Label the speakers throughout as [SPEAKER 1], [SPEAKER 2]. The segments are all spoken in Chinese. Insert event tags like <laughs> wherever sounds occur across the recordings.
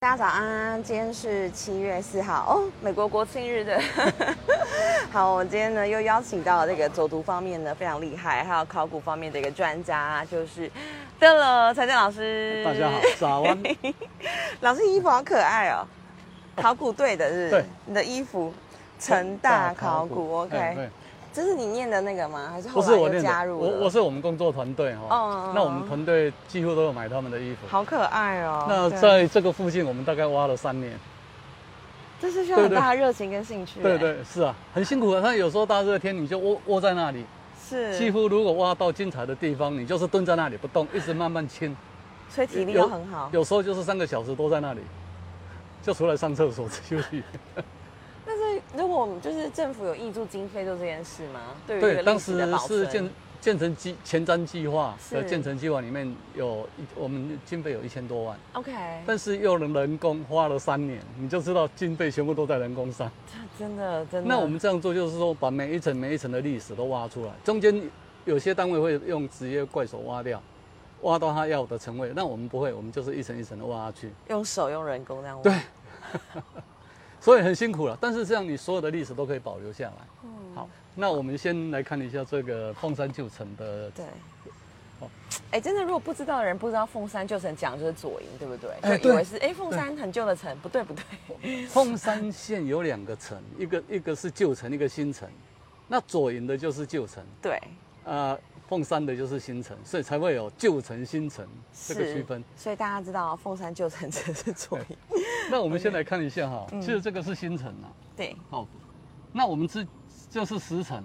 [SPEAKER 1] 大家早安，今天是七月四号哦，美国国庆日的。 <laughs> 好，我今天呢又邀请到这个走读方面呢非常厉害，还有考古方面的一个专家，就是对了，财政老师。
[SPEAKER 2] 大
[SPEAKER 1] <laughs>
[SPEAKER 2] 家好，早安。
[SPEAKER 1] 老师衣服好可爱哦，考古队的是不是
[SPEAKER 2] 对
[SPEAKER 1] 你的衣服，成大考古
[SPEAKER 2] 哎
[SPEAKER 1] ，OK，
[SPEAKER 2] 对
[SPEAKER 1] 这是你念的那个吗？还是
[SPEAKER 2] 不
[SPEAKER 1] 后
[SPEAKER 2] 是
[SPEAKER 1] 来
[SPEAKER 2] 我
[SPEAKER 1] 又
[SPEAKER 2] 练
[SPEAKER 1] 加
[SPEAKER 2] 的，
[SPEAKER 1] 入
[SPEAKER 2] 我我是我们工作团队
[SPEAKER 1] 哦
[SPEAKER 2] 哈
[SPEAKER 1] 哦。
[SPEAKER 2] 那我们团队几乎都有买他们的衣服。
[SPEAKER 1] 好可爱哦。
[SPEAKER 2] 那
[SPEAKER 1] 对
[SPEAKER 2] 在这个附近，我们大概挖了三年。
[SPEAKER 1] 这是需要
[SPEAKER 2] 对
[SPEAKER 1] 很
[SPEAKER 2] 对
[SPEAKER 1] 大的热情跟兴趣。
[SPEAKER 2] 对
[SPEAKER 1] 哎，
[SPEAKER 2] 对，是啊，很辛苦啊。那有时候大热天，你就窝窝在那里，
[SPEAKER 1] 是
[SPEAKER 2] 几乎如果挖到精彩的地方，你就是蹲在那里不动，一直慢慢清。
[SPEAKER 1] 所以体力要很好。
[SPEAKER 2] 有时候就是三个小时都在那里，就除了上厕所休息。
[SPEAKER 1] 但是如果我们就是政府有挹注经费做这件事吗？对于一个
[SPEAKER 2] 对，
[SPEAKER 1] 历
[SPEAKER 2] 当
[SPEAKER 1] 史的
[SPEAKER 2] 时
[SPEAKER 1] 保
[SPEAKER 2] 是
[SPEAKER 1] 存
[SPEAKER 2] 建建成计前瞻计划的
[SPEAKER 1] 是
[SPEAKER 2] 建成计划里面有一我们经费有一千多万，
[SPEAKER 1] OK，
[SPEAKER 2] 但是又能人工花了三年，你就知道经费全部都在人工上。
[SPEAKER 1] 真的真的。
[SPEAKER 2] 那我们这样做就是说，把每一层每一层的历史都挖出来，中间有些单位会用职业怪手挖掉，挖到他要的层位，那我们不会，我们就是一层一层的挖下去，
[SPEAKER 1] 用手用人工这样挖。
[SPEAKER 2] 对所以很辛苦了。但是这样你所有的历史都可以保留下来。
[SPEAKER 1] 嗯
[SPEAKER 2] 好，那我们先来看一下这个凤山旧城的
[SPEAKER 1] 对
[SPEAKER 2] 好。
[SPEAKER 1] 哎，真的，如果不知道的人不知道凤山旧城讲的就是左营，对不对？就
[SPEAKER 2] 哎
[SPEAKER 1] 以
[SPEAKER 2] 对哦
[SPEAKER 1] 为是哎凤山很旧的城，不对不对，
[SPEAKER 2] 凤山县有两个城，一个一个是旧城，一个新城。那左营的就是旧城，
[SPEAKER 1] 对
[SPEAKER 2] 啊、凤山的就是新城，所以才会有旧城、新城这个区分。。
[SPEAKER 1] 所以大家知道凤山旧城只是左营，
[SPEAKER 2] 那我们先来看一下哈，其实这个是新城啊。
[SPEAKER 1] 对，
[SPEAKER 2] 好，那我们之就是石城，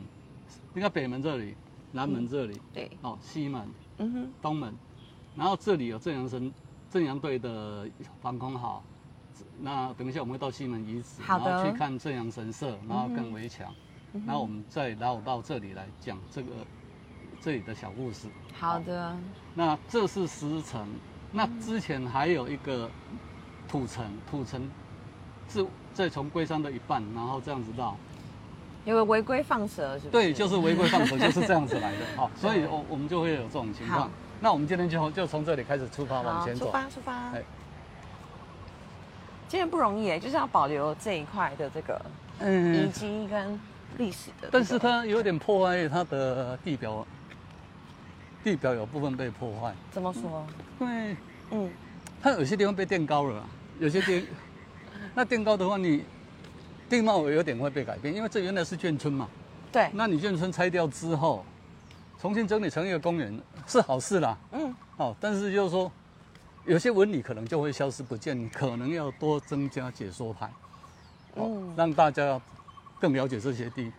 [SPEAKER 2] 你看北门这里、南门这里，
[SPEAKER 1] 对
[SPEAKER 2] 哦，西门、
[SPEAKER 1] 嗯哼，
[SPEAKER 2] 东门，然后这里有正阳神正阳队的防空壕。那等一下我们会到西门遗址，
[SPEAKER 1] 好
[SPEAKER 2] 然
[SPEAKER 1] 的嗯
[SPEAKER 2] 后去看正阳神社，然后跟围墙，然后我们再绕到这里来讲这个这里的小故事。
[SPEAKER 1] 好的，
[SPEAKER 2] 那这是石城，那
[SPEAKER 1] 嗯
[SPEAKER 2] 之前还有一个土城，土城是再从龟山的一半，然后这样子绕，
[SPEAKER 1] 因为违规放蛇是不是？
[SPEAKER 2] <laughs> 对，就是违规放蛇，就是这样子来的。
[SPEAKER 1] <laughs>
[SPEAKER 2] 好，所以我我们就会有这种情
[SPEAKER 1] 好
[SPEAKER 2] 况。那我们今天就就从这里开始出发，往
[SPEAKER 1] 好，
[SPEAKER 2] 前
[SPEAKER 1] 出
[SPEAKER 2] 走。
[SPEAKER 1] 发出发
[SPEAKER 2] 哎。
[SPEAKER 1] 今天不容易耶，就是要保留这一块的这个遗
[SPEAKER 2] 嗯，
[SPEAKER 1] 迹跟历史的这个、
[SPEAKER 2] 但是它有点破坏它的地表，地表有部分被破坏，
[SPEAKER 1] 怎么说？
[SPEAKER 2] 因为
[SPEAKER 1] 嗯，
[SPEAKER 2] 它有些地方被垫高了啊，有些 <laughs> 地，那垫高的话你。地貌有点会被改变，因为这原来是眷村嘛，
[SPEAKER 1] 对，
[SPEAKER 2] 那你眷村拆掉之后，重新整理成一个公园是好事啦，
[SPEAKER 1] 嗯，
[SPEAKER 2] 哦，但是就是说，有些纹理可能就会消失不见，你可能要多增加解说牌，哦，
[SPEAKER 1] 嗯
[SPEAKER 2] 让大家更了解这些地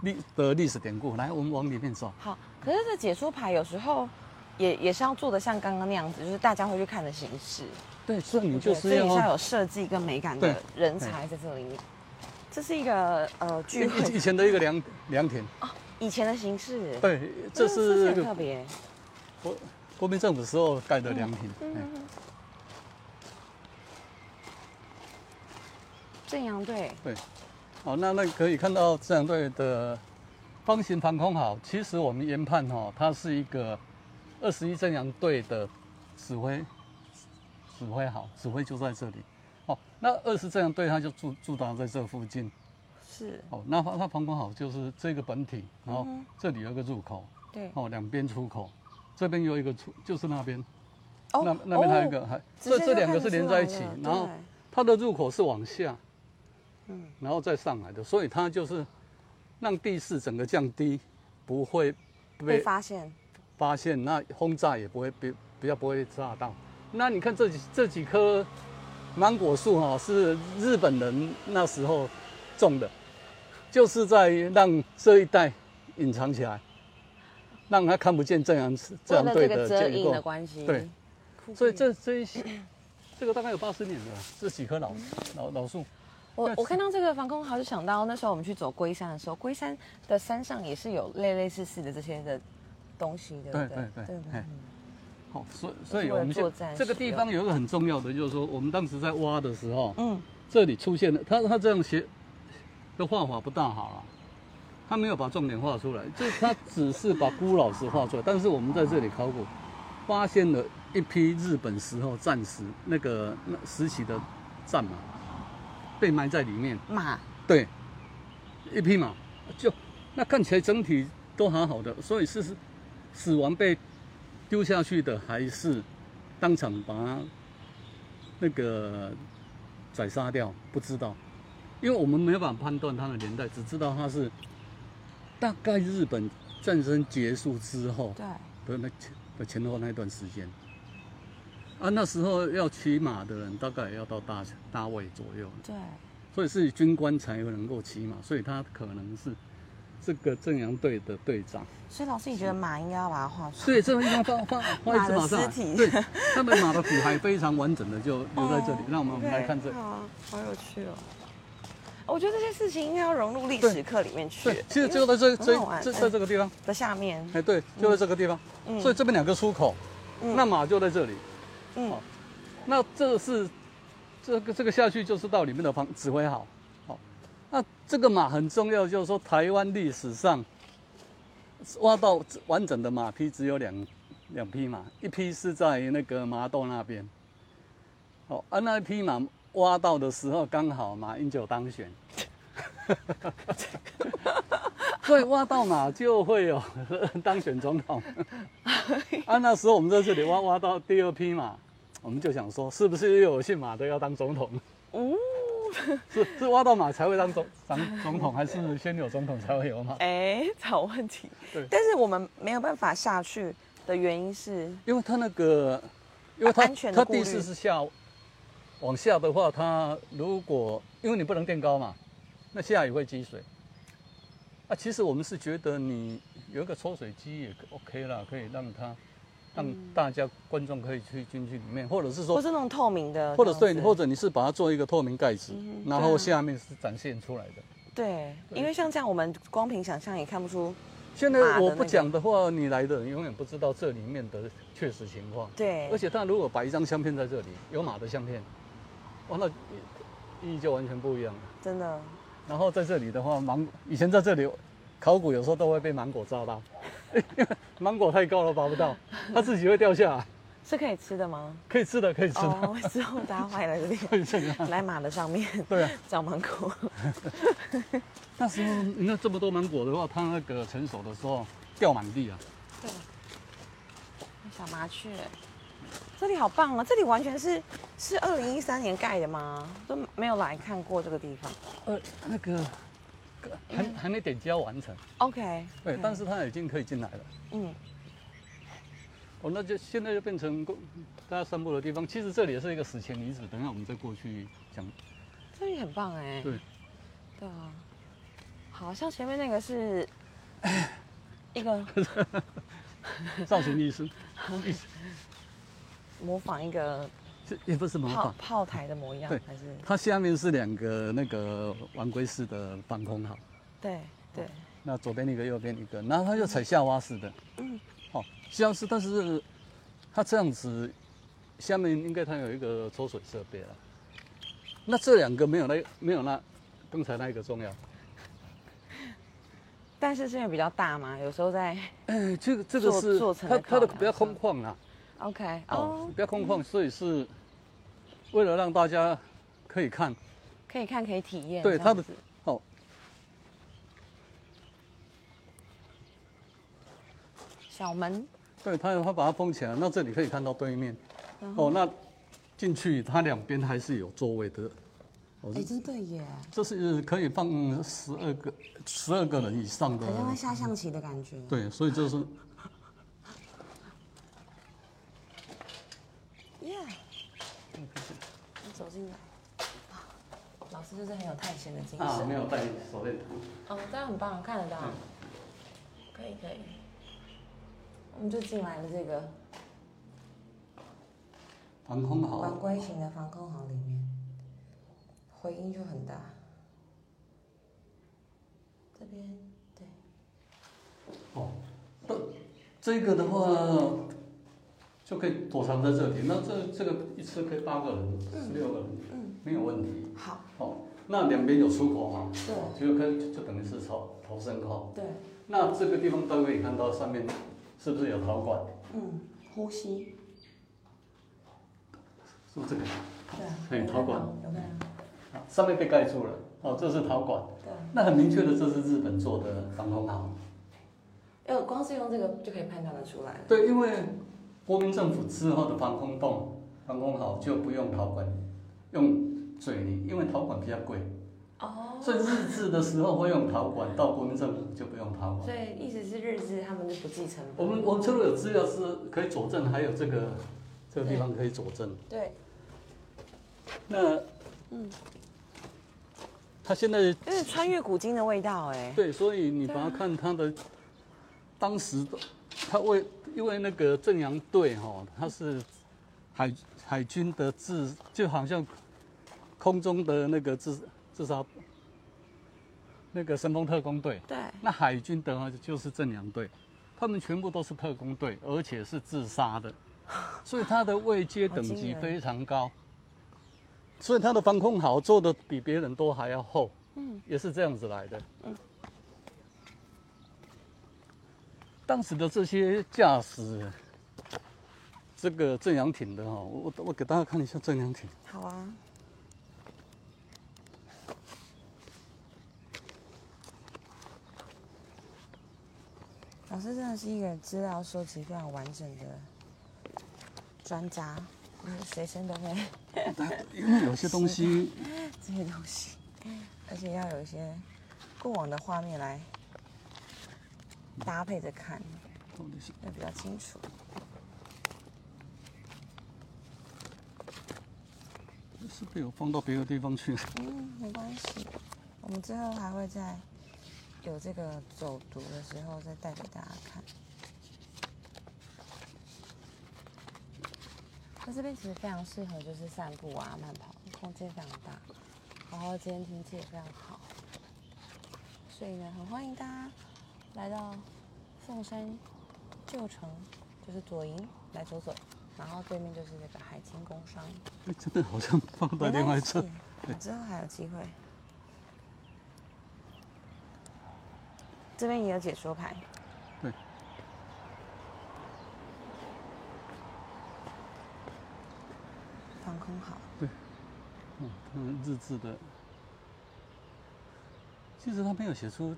[SPEAKER 2] 历的历史典故。来，我们往里面走。
[SPEAKER 1] 好。可是这解说牌有时候也也是要做的像刚刚那样子，就是大家会去看的形式，
[SPEAKER 2] 对，所以你就哦
[SPEAKER 1] 对所
[SPEAKER 2] 是
[SPEAKER 1] 以是要
[SPEAKER 2] 要
[SPEAKER 1] 有设计跟美感的人才在这里面。这是一个呃聚
[SPEAKER 2] 以以
[SPEAKER 1] 会哦
[SPEAKER 2] 前的一个良良田，
[SPEAKER 1] 以前的形式，
[SPEAKER 2] 对，
[SPEAKER 1] 嗯，
[SPEAKER 2] 这
[SPEAKER 1] 是
[SPEAKER 2] 是
[SPEAKER 1] 很特别。
[SPEAKER 2] 国国民政府时候盖的良田。
[SPEAKER 1] 嗯
[SPEAKER 2] 哎
[SPEAKER 1] 正阳队
[SPEAKER 2] 对，好，那那可以看到自然队的方形防空壕，其实我们研判哦，它是一个二十一正阳队的指挥指挥壕，指挥就在这里。哦，那二十正阳队他就驻驻扎在这附近。
[SPEAKER 1] 是，
[SPEAKER 2] 哦，那它它防空壕就是这个本体，然后
[SPEAKER 1] 嗯
[SPEAKER 2] 这里有一个入口，
[SPEAKER 1] 对，
[SPEAKER 2] 哦，两边出口，这边有一个出，就是那边，
[SPEAKER 1] 哦
[SPEAKER 2] 那那边还有一
[SPEAKER 1] 哦
[SPEAKER 2] 个，还
[SPEAKER 1] 直接
[SPEAKER 2] 这
[SPEAKER 1] 就
[SPEAKER 2] 这两个
[SPEAKER 1] 看得
[SPEAKER 2] 是连
[SPEAKER 1] 出来
[SPEAKER 2] 在一起
[SPEAKER 1] 了，
[SPEAKER 2] 然后
[SPEAKER 1] 对
[SPEAKER 2] 它的入口是往下，嗯，然后再上来的，所以它就是让地势整个降低，不会
[SPEAKER 1] 被
[SPEAKER 2] 被
[SPEAKER 1] 发现，
[SPEAKER 2] 发现，那轰炸也不会比比较不会炸到。那你看这几这几棵芒果树哈、是日本人那时候种的，就是在让这一带隐藏起来，让他看不见这样
[SPEAKER 1] 为
[SPEAKER 2] 这样
[SPEAKER 1] 了
[SPEAKER 2] 对
[SPEAKER 1] 这个
[SPEAKER 2] 的
[SPEAKER 1] 遮
[SPEAKER 2] 结
[SPEAKER 1] 阴的
[SPEAKER 2] 构。
[SPEAKER 1] 关系，
[SPEAKER 2] 对，
[SPEAKER 1] 酷
[SPEAKER 2] 所以
[SPEAKER 1] 毙
[SPEAKER 2] 这这一些，这个大概有八十年了，这几棵老老老树。
[SPEAKER 1] 我
[SPEAKER 2] 那
[SPEAKER 1] 我看到这个防空壕，就想到那时候我们去走龟山的时候，龟山的山上也是有类类似似的这些的东西，对不
[SPEAKER 2] 对
[SPEAKER 1] 对？
[SPEAKER 2] 对对
[SPEAKER 1] 对
[SPEAKER 2] 嘿好，所以
[SPEAKER 1] 为
[SPEAKER 2] 所以
[SPEAKER 1] 了
[SPEAKER 2] 我们
[SPEAKER 1] 作
[SPEAKER 2] 就
[SPEAKER 1] 战哦
[SPEAKER 2] 这个
[SPEAKER 1] 使
[SPEAKER 2] 地
[SPEAKER 1] 用
[SPEAKER 2] 方有一个很重要的，就是说我们当时在挖的时候，
[SPEAKER 1] 嗯，
[SPEAKER 2] 这里出现了，他他这样写的画法不大好了、他没有把重点画出来，就他只是把孤老师画出来，但是我们在这里考古发现了一批日本时候战时那个那时期的战马被埋在里面，
[SPEAKER 1] 马
[SPEAKER 2] 对，一匹马就那看起来整体都还好的，所以是是死亡被丢下去的，还是当场把它那个宰杀掉？不知道，因为我们没有办法判断它的年代，只知道它是大概日本战争结束之后
[SPEAKER 1] 对，
[SPEAKER 2] 的那前的前后那一段时间。啊，那时候要骑马的人大概也要到大大卫左右，
[SPEAKER 1] 对，
[SPEAKER 2] 所以是军官才能够骑马，所以他可能是这个正阳队的队长。
[SPEAKER 1] 所以老师，你觉得马应该要把它画出来？
[SPEAKER 2] 对，这个地方放放放一只
[SPEAKER 1] 马的
[SPEAKER 2] 马上
[SPEAKER 1] 尸体
[SPEAKER 2] 来，对，他们马的骨骸非常完整的就 <laughs> 留在这里
[SPEAKER 1] 哦。
[SPEAKER 2] 那我们我们来
[SPEAKER 1] OK，
[SPEAKER 2] 看这里，
[SPEAKER 1] 好啊，好有趣哦。我觉得这些事情应该要融入历史课里面去
[SPEAKER 2] 对，。其实就在这
[SPEAKER 1] 很好
[SPEAKER 2] 这
[SPEAKER 1] 玩
[SPEAKER 2] 这在这个地方，
[SPEAKER 1] 的下面，
[SPEAKER 2] 哎，对，就在这个地方，
[SPEAKER 1] 嗯
[SPEAKER 2] 所以这边两个出口，
[SPEAKER 1] 嗯
[SPEAKER 2] 那马就在这里。
[SPEAKER 1] 嗯，
[SPEAKER 2] 那这是这个这个下去就是到里面的方指挥好，好，那这个马很重要，就是说台湾历史上挖到完整的马匹只有两两匹马，一匹是在那个麻豆那边，好，啊那一匹马挖到的时候刚好马英九当选。 <laughs> 所以挖到马就会有 <laughs> 当选总统，啊，那时候我们在这里挖挖到第二匹马，我们就想说，是不是又有姓马的要当总统？
[SPEAKER 1] 哦，
[SPEAKER 2] 是是挖到马才会当总当总统，还是先有总统才会有马？
[SPEAKER 1] 哎， <laughs> 好问题
[SPEAKER 2] 对。
[SPEAKER 1] 但是我们没有办法下去的原因是，
[SPEAKER 2] 因为他那个，因为他
[SPEAKER 1] 啊安全的
[SPEAKER 2] 他
[SPEAKER 1] 顾虑
[SPEAKER 2] 地势是下往下的话，他如果因为你不能垫高嘛，那下雨会积水。啊，其实我们是觉得你有一个抽水机也 OK 啦，可以让它让大家观众可以去进去里面，或者是说
[SPEAKER 1] 嗯或是那种透明的这样子，
[SPEAKER 2] 或者对，或者你是把它做一个透明盖子，
[SPEAKER 1] 嗯
[SPEAKER 2] 然
[SPEAKER 1] 对
[SPEAKER 2] 后
[SPEAKER 1] 啊
[SPEAKER 2] 下面是展现出来的。
[SPEAKER 1] 对，
[SPEAKER 2] 对
[SPEAKER 1] 因为像这样，我们光凭想象也看不出。
[SPEAKER 2] 现
[SPEAKER 1] 马的
[SPEAKER 2] 在我
[SPEAKER 1] 那
[SPEAKER 2] 不
[SPEAKER 1] 个
[SPEAKER 2] 讲的话，你来的人永远不知道这里面的确实情况。
[SPEAKER 1] 对，
[SPEAKER 2] 而且他如果摆一张相片在这里，有马的相片，哇，那意义就完全不一样了。
[SPEAKER 1] 真的，
[SPEAKER 2] 然后在这里的话，芒以前在这里考古有时候都会被芒果炸到，因为芒果太高了拔不到，它自己会掉下来。
[SPEAKER 1] 是可以吃的吗？
[SPEAKER 2] 可以吃的，可以吃的，
[SPEAKER 1] 哦，之后大家欢迎来这
[SPEAKER 2] <laughs> 可
[SPEAKER 1] 里，
[SPEAKER 2] 以吃的。
[SPEAKER 1] 来马的上面
[SPEAKER 2] <laughs> 对啊，
[SPEAKER 1] 找芒果。
[SPEAKER 2] 那时候你看这么多芒果的话，它那个成熟的时候掉满地啊。
[SPEAKER 1] 对，小麻雀，这里好棒啊！这里完全是是二零一三年盖的吗？都没有来看过这个地方。
[SPEAKER 2] 呃，那个还还没点胶完成，
[SPEAKER 1] OK，
[SPEAKER 2] 对，
[SPEAKER 1] 嗯
[SPEAKER 2] 但是它已经可以进来了。
[SPEAKER 1] 嗯，
[SPEAKER 2] 哦，那就现在就变成公大家散步的地方。其实这里也是一个史前遗址，等一下我们再过去讲。
[SPEAKER 1] 这里很棒哎、
[SPEAKER 2] 对，
[SPEAKER 1] 对啊，好像前面那个
[SPEAKER 2] <laughs>
[SPEAKER 1] 是一个
[SPEAKER 2] 造型
[SPEAKER 1] <laughs>
[SPEAKER 2] 艺术，艺术
[SPEAKER 1] 模仿一个
[SPEAKER 2] 这也不是模
[SPEAKER 1] 炮
[SPEAKER 2] 仿，
[SPEAKER 1] 炮台的模样
[SPEAKER 2] 对，
[SPEAKER 1] 还是
[SPEAKER 2] 它下面是两个那个晚归式的防空壕，
[SPEAKER 1] 对对，
[SPEAKER 2] 那左边一个，右边一个，然后它就采下挖式的，
[SPEAKER 1] 嗯
[SPEAKER 2] 好、下式，但是它这样子下面应该它有一个抽水设备了。那这两个没有那没有那刚才那一个重要。
[SPEAKER 1] 但是这边比较大嘛，有时候在
[SPEAKER 2] 哎，这个这个
[SPEAKER 1] 做
[SPEAKER 2] 是
[SPEAKER 1] 嗯做成
[SPEAKER 2] 它
[SPEAKER 1] 的
[SPEAKER 2] 它的
[SPEAKER 1] 考量
[SPEAKER 2] 比
[SPEAKER 1] 是
[SPEAKER 2] 较空旷啊啦、
[SPEAKER 1] OK
[SPEAKER 2] 哦
[SPEAKER 1] 哦，，
[SPEAKER 2] 不要空旷，所以是为了让大家可以看，
[SPEAKER 1] 可以看可以体验这
[SPEAKER 2] 对
[SPEAKER 1] 样子。
[SPEAKER 2] 它的哦。
[SPEAKER 1] 小门，
[SPEAKER 2] 对它，它把它封起来，那这里可以看到对面。
[SPEAKER 1] 嗯
[SPEAKER 2] 哦，那进去它两边还是有座位的。哦，
[SPEAKER 1] 哎、真的耶，
[SPEAKER 2] 这是可以放十二个十二个人以上的
[SPEAKER 1] 好。像在下象棋的感觉。
[SPEAKER 2] 对，所以这是
[SPEAKER 1] 耶、
[SPEAKER 2] 嗯
[SPEAKER 1] 你嗯走进来，啊老师就是很有探险的精神。
[SPEAKER 2] 啊，没有带手电筒。
[SPEAKER 1] 哦，这样很棒，看得到。
[SPEAKER 2] 嗯
[SPEAKER 1] 可以可以，我们就进来了这个
[SPEAKER 2] 防空
[SPEAKER 1] 晚
[SPEAKER 2] 壕，
[SPEAKER 1] 归型的防空壕里面，回音就很大。这边对，
[SPEAKER 2] 哦这个的话就可以躲藏在这里。那这这个一次可以八个人，十六个人，没有问题。
[SPEAKER 1] 好，
[SPEAKER 2] 哦，那两边有出口哈，
[SPEAKER 1] 对
[SPEAKER 2] 就跟就就等于是逃逃生口。
[SPEAKER 1] 对，
[SPEAKER 2] 那这个地方都可以看到上面是不是有陶管？
[SPEAKER 1] 嗯，呼吸，
[SPEAKER 2] 是这个，
[SPEAKER 3] 对啊，
[SPEAKER 2] 嘿陶管
[SPEAKER 3] 有没有？
[SPEAKER 2] 啊上面被盖住了，哦，这是陶管，
[SPEAKER 3] 对啊，
[SPEAKER 2] 那很明确的，这是日本做的防空壕。
[SPEAKER 1] 哎、我光是用这个就可以判断得出来了。
[SPEAKER 2] 对，因为国民政府之后的防空洞、防空壕就不用陶管，用水泥，因为陶管比较贵，
[SPEAKER 1] 哦，
[SPEAKER 2] 所以日治的时候会用陶管，到国民政府就不用陶管。
[SPEAKER 1] 所以意思是日志他们就不计成
[SPEAKER 2] 我
[SPEAKER 1] 本。
[SPEAKER 2] 们我们除了有资料是可以佐证，还有这个这个地方可以佐证。
[SPEAKER 1] 对，
[SPEAKER 2] 那，
[SPEAKER 1] 嗯，
[SPEAKER 2] 他现在
[SPEAKER 1] 有点穿越古今的味道哎、
[SPEAKER 2] 对，所以你把它看他的当时的，他为因为那个正阳队哈、他是海海军的自，就好像空中的那个自自杀那个神风特工队，
[SPEAKER 1] 对，
[SPEAKER 2] 那海军的话就是正阳队，他们全部都是特工队，而且是自杀的，所以他的位阶等
[SPEAKER 1] 好惊
[SPEAKER 2] 级
[SPEAKER 1] 人
[SPEAKER 2] 非常高，所以他的防空壕做的比别人都还要厚，嗯，也是这样子来的，嗯。当时的这些驾驶这个正阳艇的哈、我我给大家看一下正阳
[SPEAKER 1] <laughs>
[SPEAKER 2] 艇，
[SPEAKER 1] 好啊。老师真的是一个资料收集非常完整的专家，嗯，随身都会 <laughs>
[SPEAKER 2] 因为有些东西
[SPEAKER 1] 这些东西，而且要有一些过往的画面来搭配着看，
[SPEAKER 2] 到底是
[SPEAKER 1] 会比较清楚。
[SPEAKER 2] 是被我放到别的地方去了。
[SPEAKER 1] 嗯，没关系，我们之后还会在有这个走读的时候再带给大家看。那这边其实非常适合就是散步啊、慢跑，空间非常大，然后今天天气也非常好，所以呢，很欢迎大家来到凤山旧城，就是左营来走走，然后对面就是这个海清工商。
[SPEAKER 2] 哎真的好像放在另外一侧
[SPEAKER 1] 没。关系之后还有机会。这边也有解说牌，
[SPEAKER 2] 对。
[SPEAKER 1] 防空好，
[SPEAKER 2] 嗯，他们日志的，其实他没有写出，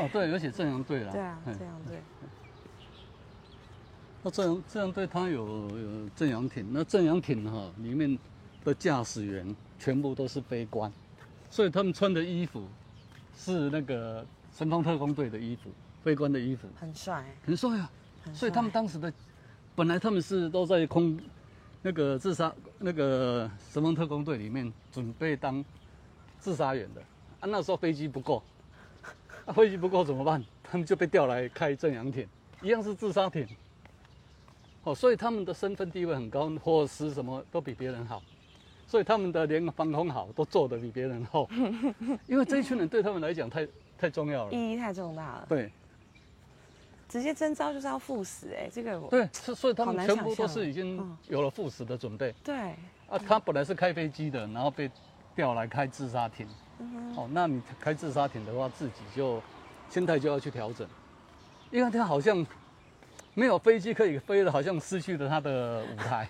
[SPEAKER 2] 哦，对，嗯有写正阳队啦。
[SPEAKER 1] 对啊，
[SPEAKER 2] 嘿
[SPEAKER 1] 这样对，
[SPEAKER 2] 那正阳正阳队他有有正阳艇，那正阳艇哈、里面的驾驶员全部都是飞官，所以他们穿的衣服是那个神风特工队的衣服，飞官的衣服，
[SPEAKER 1] 很帅，
[SPEAKER 2] 很帅啊。
[SPEAKER 1] 很帅
[SPEAKER 2] 所以他们当时的，本来他们是都在空，那个自杀那个神风特工队里面准备当自杀员的啊，那时候飞机不够， <laughs> 啊飞机不够怎么办？他们就被调来开正阳艇，一样是自杀艇。哦，所以他们的身份地位很高，伙食什么都比别人好，所以他们的连防空壕都做得比别人厚， <laughs> 因为这一群人对他们来讲太太重要了。
[SPEAKER 1] 意义太重大了，
[SPEAKER 2] 对，
[SPEAKER 1] 直接征召就是要赴死哎、这个我
[SPEAKER 2] 对，是所以他
[SPEAKER 1] 好
[SPEAKER 2] 们
[SPEAKER 1] 难
[SPEAKER 2] 全
[SPEAKER 1] 想
[SPEAKER 2] 部都
[SPEAKER 1] 象
[SPEAKER 2] 是已
[SPEAKER 1] 嗯
[SPEAKER 2] 经有了赴死的准备、
[SPEAKER 1] 对，
[SPEAKER 2] 啊。他本来是开飞机的，然后被调来开自杀艇。
[SPEAKER 1] 嗯
[SPEAKER 2] 哦，那你开自杀艇的话，自己就心态就要去调整，因为他好像没有飞机可以飞了，好像失去了他的舞台。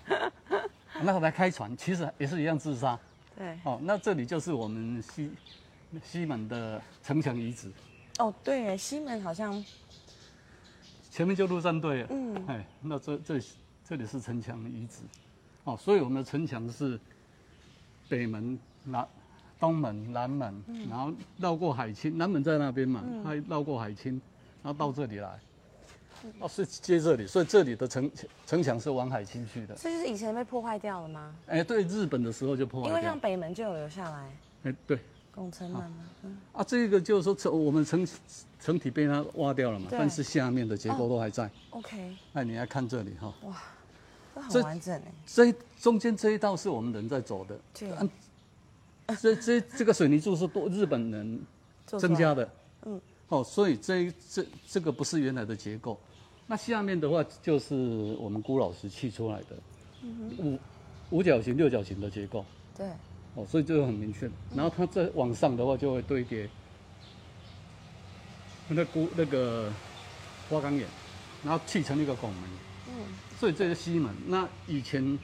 [SPEAKER 2] <laughs> 那后来开船，其实也是一样自杀。
[SPEAKER 1] 对，
[SPEAKER 2] 哦，那这里就是我们西西门的城墙遗址，
[SPEAKER 1] 哦对哎，西门好像
[SPEAKER 2] 前面就陆战队了。
[SPEAKER 1] 嗯
[SPEAKER 2] 哎，那这这这里是城墙遗址，哦，所以我们的城墙是北门、南、东门、南门，
[SPEAKER 1] 嗯
[SPEAKER 2] 然后绕过海清，南门在那边嘛，它绕过海清，然后到这里来，
[SPEAKER 1] 嗯
[SPEAKER 2] 哦，是接这里，所以这里的城城墙是往海清去的。
[SPEAKER 1] 这就是以前被破坏掉了吗？
[SPEAKER 2] 哎，对，日本的时候就破
[SPEAKER 1] 因
[SPEAKER 2] 坏
[SPEAKER 1] 为
[SPEAKER 2] 掉
[SPEAKER 1] 像。北门就有留下来
[SPEAKER 2] 哎，对，
[SPEAKER 1] 拱城门嘛，嗯
[SPEAKER 2] 啊，这个就是说城我们城城体被它挖掉了嘛，
[SPEAKER 1] 对哦
[SPEAKER 2] 但是下面的结构都还在。
[SPEAKER 1] ，OK，
[SPEAKER 2] 那你来看这里哈、
[SPEAKER 1] 这很
[SPEAKER 2] 这
[SPEAKER 1] 完整哎、
[SPEAKER 2] 这一中间这一道是我们人在走的，
[SPEAKER 1] 对
[SPEAKER 2] 啊这这这个水泥柱是多日本人
[SPEAKER 1] 做出来
[SPEAKER 2] 增加的，
[SPEAKER 1] 嗯，
[SPEAKER 2] 哦，所以这这这个不是原来的结构。那下面的话就是我们古老时期出来的
[SPEAKER 1] 嗯
[SPEAKER 2] 五五角形、六角形的结构，
[SPEAKER 1] 对，
[SPEAKER 2] 哦，所以这个很明确。然后它再往上的话就会堆叠那古那个花岗岩，然后砌成一个拱门。
[SPEAKER 1] 嗯
[SPEAKER 2] 所以这是西门。那以前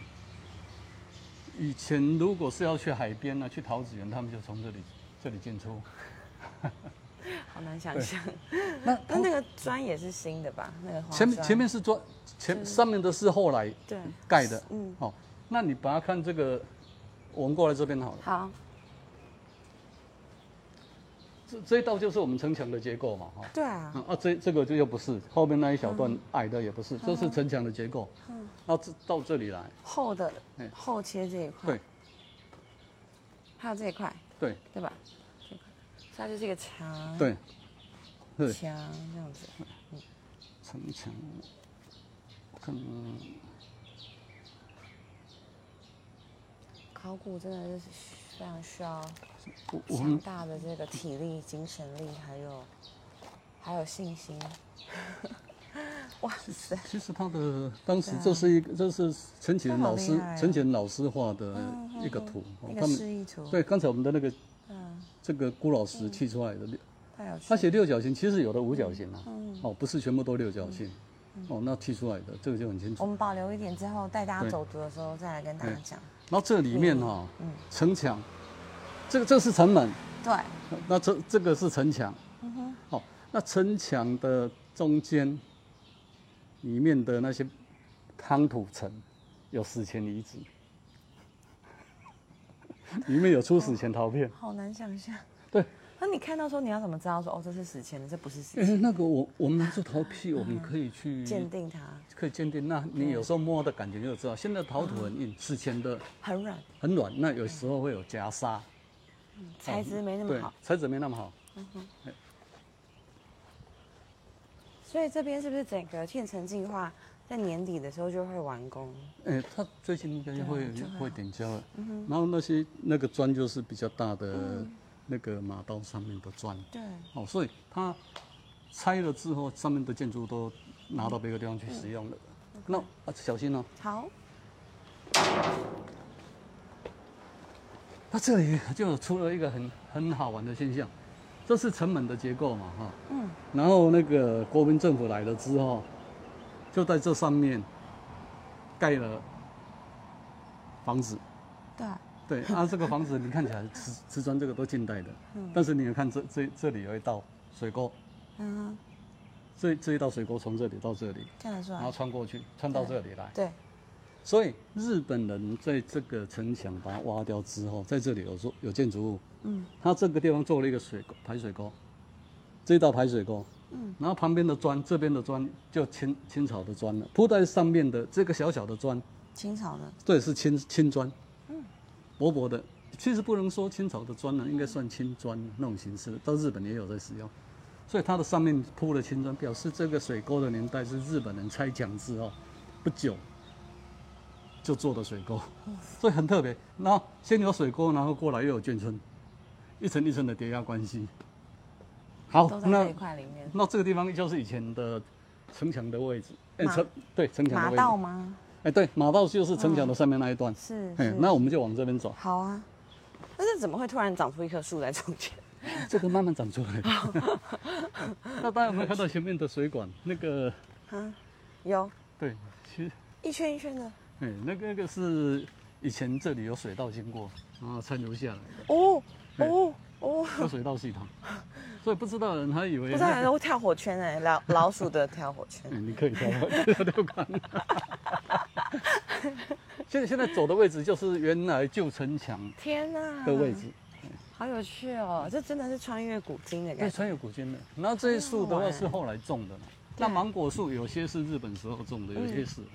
[SPEAKER 2] 以前如果是要去海边啊呢、去桃子园，他们就从这里这里进出。
[SPEAKER 1] 好难想象。
[SPEAKER 2] 那
[SPEAKER 1] 但那个砖也是新的吧？那个花
[SPEAKER 2] 前面
[SPEAKER 1] 砖
[SPEAKER 2] 前面是砖，前上面的是后来
[SPEAKER 1] 对
[SPEAKER 2] 盖的。
[SPEAKER 1] 嗯，
[SPEAKER 2] 好、那你把它看这个，我们过来这边好了。
[SPEAKER 1] 好，
[SPEAKER 2] 这这一道就是我们城墙的结构嘛，哈、
[SPEAKER 1] 对啊，
[SPEAKER 2] 嗯啊，这这个就又不是，后面那一小
[SPEAKER 1] 嗯
[SPEAKER 2] 段矮的也不是，这是城墙的结构。嗯，那这到这里来，
[SPEAKER 1] 厚的
[SPEAKER 2] 嗯
[SPEAKER 1] 厚切这一块，
[SPEAKER 2] 对
[SPEAKER 1] 还有这一块，
[SPEAKER 2] 对
[SPEAKER 1] 对吧？这一块，它就是一个墙，
[SPEAKER 2] 对，对
[SPEAKER 1] 墙这样子，
[SPEAKER 2] 城墙，我看嗯
[SPEAKER 1] 考古真的是非常需要
[SPEAKER 2] 我我
[SPEAKER 1] 强
[SPEAKER 2] 们
[SPEAKER 1] 大的这个体力、精神力，还有还有信心。
[SPEAKER 2] <laughs>
[SPEAKER 1] 哇塞，
[SPEAKER 2] 其实他的当时这是一个，这是
[SPEAKER 1] 这
[SPEAKER 2] 陈潜
[SPEAKER 1] 啊好
[SPEAKER 2] 老
[SPEAKER 1] 厉
[SPEAKER 2] 师
[SPEAKER 1] 害啊嗯
[SPEAKER 2] 陈潜老师画的一个图，哦
[SPEAKER 1] 那个
[SPEAKER 2] 他
[SPEAKER 1] 示
[SPEAKER 2] 们
[SPEAKER 1] 意图，
[SPEAKER 2] 对刚才我们的那个
[SPEAKER 1] 嗯，
[SPEAKER 2] 这个辜老师砌出来的，
[SPEAKER 1] 太有趣
[SPEAKER 2] 他
[SPEAKER 1] 了。
[SPEAKER 2] 写六角形，其实有的五角形啊，
[SPEAKER 1] 嗯
[SPEAKER 2] 哦，不是全部都六角形，哦，那砌出来的这个就很清
[SPEAKER 1] 我
[SPEAKER 2] 楚。
[SPEAKER 1] 们保留一点之后，带大家
[SPEAKER 2] 对
[SPEAKER 1] 走读的时候再来跟大家
[SPEAKER 2] 对
[SPEAKER 1] 讲。
[SPEAKER 2] 然后这里面哈、
[SPEAKER 1] 嗯
[SPEAKER 2] 城墙，这个这是城门，
[SPEAKER 1] 对，
[SPEAKER 2] 那这这个是城墙，
[SPEAKER 1] 嗯哼，
[SPEAKER 2] 哦，那城墙的中间里面的那些夯土层有史前遗址， <laughs> 里面有出史前陶片。
[SPEAKER 1] 好难想象。
[SPEAKER 2] 对，
[SPEAKER 1] 那你看到说你要怎么知道说哦这是史前的，这不是史
[SPEAKER 2] 哎、
[SPEAKER 1] 前？
[SPEAKER 2] 那个我我们做陶片，我们可以去
[SPEAKER 1] 鉴定它
[SPEAKER 2] 可以鉴定。那你有时候摸的感觉就知道，现在陶土很
[SPEAKER 1] 嗯
[SPEAKER 2] 硬，史前的
[SPEAKER 1] 很软，
[SPEAKER 2] 很软，那有时候会有夹砂，
[SPEAKER 1] 材质没那么
[SPEAKER 2] 对
[SPEAKER 1] 好，，
[SPEAKER 2] 材质没那么好。
[SPEAKER 1] 所以这边是不是整个天成计划在年底的时候就会完工？
[SPEAKER 2] 哎、它最近应该
[SPEAKER 1] 啊嗯
[SPEAKER 2] 会
[SPEAKER 1] 就会
[SPEAKER 2] 会点胶了。然后那些那个砖就是比较大
[SPEAKER 1] 嗯
[SPEAKER 2] 的那个马刀上面的砖，
[SPEAKER 1] 对，
[SPEAKER 2] 哦，所以它拆了之后，上面的建筑都拿到别的地方去使用了。
[SPEAKER 1] 嗯
[SPEAKER 2] 那啊，小心哦，
[SPEAKER 1] 好，
[SPEAKER 2] 它这里就有出了一个很很好玩的现象，这是城门的结构嘛，哈、
[SPEAKER 1] 嗯，
[SPEAKER 2] 然后那个国民政府来了之后，就在这上面盖了房子。
[SPEAKER 1] 对，
[SPEAKER 2] 对啊，这个房子你看起来瓷瓷砖这个都近代的，但是你有看这这这里有一道水沟，
[SPEAKER 1] 嗯，
[SPEAKER 2] 这这一道水沟从这里到这里，
[SPEAKER 1] 看得出
[SPEAKER 2] 然后
[SPEAKER 1] 来，啊
[SPEAKER 2] 穿过去，穿到这里来。
[SPEAKER 1] 嗯对，
[SPEAKER 2] 所以日本人在这个城墙把它挖掉之后，在这里有做有建筑物，
[SPEAKER 1] 嗯，
[SPEAKER 2] 它这个地方做了一个水沟排水沟，这一道排水沟，
[SPEAKER 1] 嗯，
[SPEAKER 2] 然后旁边的砖，这边的砖就清清朝的砖了，铺在上面的这个小小的砖，
[SPEAKER 1] 清朝的，
[SPEAKER 2] 这也是
[SPEAKER 1] 嗯
[SPEAKER 2] 青青砖，薄薄的。其实不能说清朝的砖啊呢，应该算青砖那种形式，到日本也有在使用。所以它的上面铺了青砖，表示这个水沟的年代是日本人拆墙之后不久就做的水沟，所以很特别。然后先有水沟，然后过来又有眷村，一层一层的叠压关系。好
[SPEAKER 1] 都，在
[SPEAKER 2] 那
[SPEAKER 1] 这一块里面。
[SPEAKER 2] 那这个地方就是以前的城墙的位置，哎、
[SPEAKER 1] 马
[SPEAKER 2] 城对城墙的
[SPEAKER 1] 马
[SPEAKER 2] 位置，
[SPEAKER 1] 道
[SPEAKER 2] 哎、
[SPEAKER 1] 吗？嗯
[SPEAKER 2] 对，马道就是城墙的上面那一段。
[SPEAKER 1] 是，
[SPEAKER 2] 哎
[SPEAKER 1] 是，
[SPEAKER 2] 那我们就往这边走，
[SPEAKER 1] 好啊。但是怎么会突然长出一棵树在中 <laughs> 间？
[SPEAKER 2] 这个慢慢
[SPEAKER 1] <laughs>
[SPEAKER 2] 长出来。那大家有没有看到前面的水管？那个，
[SPEAKER 1] 啊，有
[SPEAKER 2] 对，其实，
[SPEAKER 1] 一圈一圈的
[SPEAKER 2] 哎，那个那个是以前这里有水道经过，然后残留下来的，
[SPEAKER 1] 哦哦哦，
[SPEAKER 2] 有水道系统，所以不知道的人还以为、
[SPEAKER 1] 不
[SPEAKER 2] 那
[SPEAKER 1] 知
[SPEAKER 2] 个
[SPEAKER 1] 道有人会跳火圈哎、老老鼠的跳火圈
[SPEAKER 2] 哎，你可以跳到跳六杆。 <laughs> 现在现在走的位置就是原来旧城墙
[SPEAKER 1] 天哪，
[SPEAKER 2] 的位置，
[SPEAKER 1] 好有趣哦！这真的是穿越古今的
[SPEAKER 2] 对，
[SPEAKER 1] 感觉。
[SPEAKER 2] 穿越古今的。然后这些树的
[SPEAKER 1] 好
[SPEAKER 2] 话
[SPEAKER 1] 玩
[SPEAKER 2] 是后来种的嘛，那芒果树有些是日本时候种的，有
[SPEAKER 1] 嗯
[SPEAKER 2] 些是的。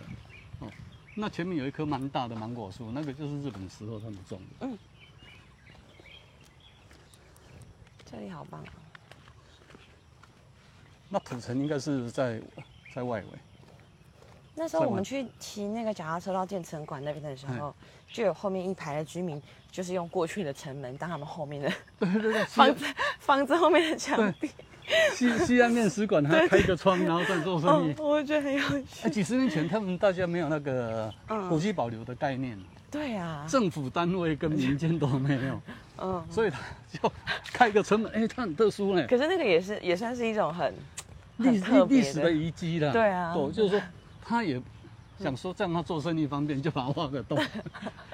[SPEAKER 2] 哦，那前面有一棵蛮大的芒果树，那个就是日本时候他们种的。
[SPEAKER 1] 这里好棒哦，
[SPEAKER 2] 那土城应该是在在外围， <laughs>
[SPEAKER 1] 那时候
[SPEAKER 2] 在
[SPEAKER 1] 我们
[SPEAKER 2] 玩
[SPEAKER 1] 去骑那个脚踏车到建城馆那边的时
[SPEAKER 2] 嗯
[SPEAKER 1] 候，就有后面一排的居民，就是用过去的城门当他们后面的
[SPEAKER 2] 对对对，
[SPEAKER 1] 房
[SPEAKER 2] 西
[SPEAKER 1] 子 <laughs> 房子后面的墙壁。
[SPEAKER 2] 西西安面食馆还开个窗，然后在做生
[SPEAKER 1] 嗯
[SPEAKER 2] 意，。
[SPEAKER 1] 我觉得很有趣。
[SPEAKER 2] <laughs> 哎，几十年前他们大家没有那个
[SPEAKER 1] 嗯
[SPEAKER 2] 古迹保留的概念，
[SPEAKER 1] 对啊，
[SPEAKER 2] 政府单位跟民间都没有，
[SPEAKER 1] 嗯，
[SPEAKER 2] 所以他就开个城门，哎，它很特殊呢。
[SPEAKER 1] 可是那个也是也算是一种很
[SPEAKER 2] 历
[SPEAKER 1] 很特
[SPEAKER 2] 历历
[SPEAKER 1] 别
[SPEAKER 2] 史的遗迹啦。
[SPEAKER 1] 对啊
[SPEAKER 2] 就是说它也想说这样他做生意方便，就把它挖个
[SPEAKER 1] <laughs>
[SPEAKER 2] 洞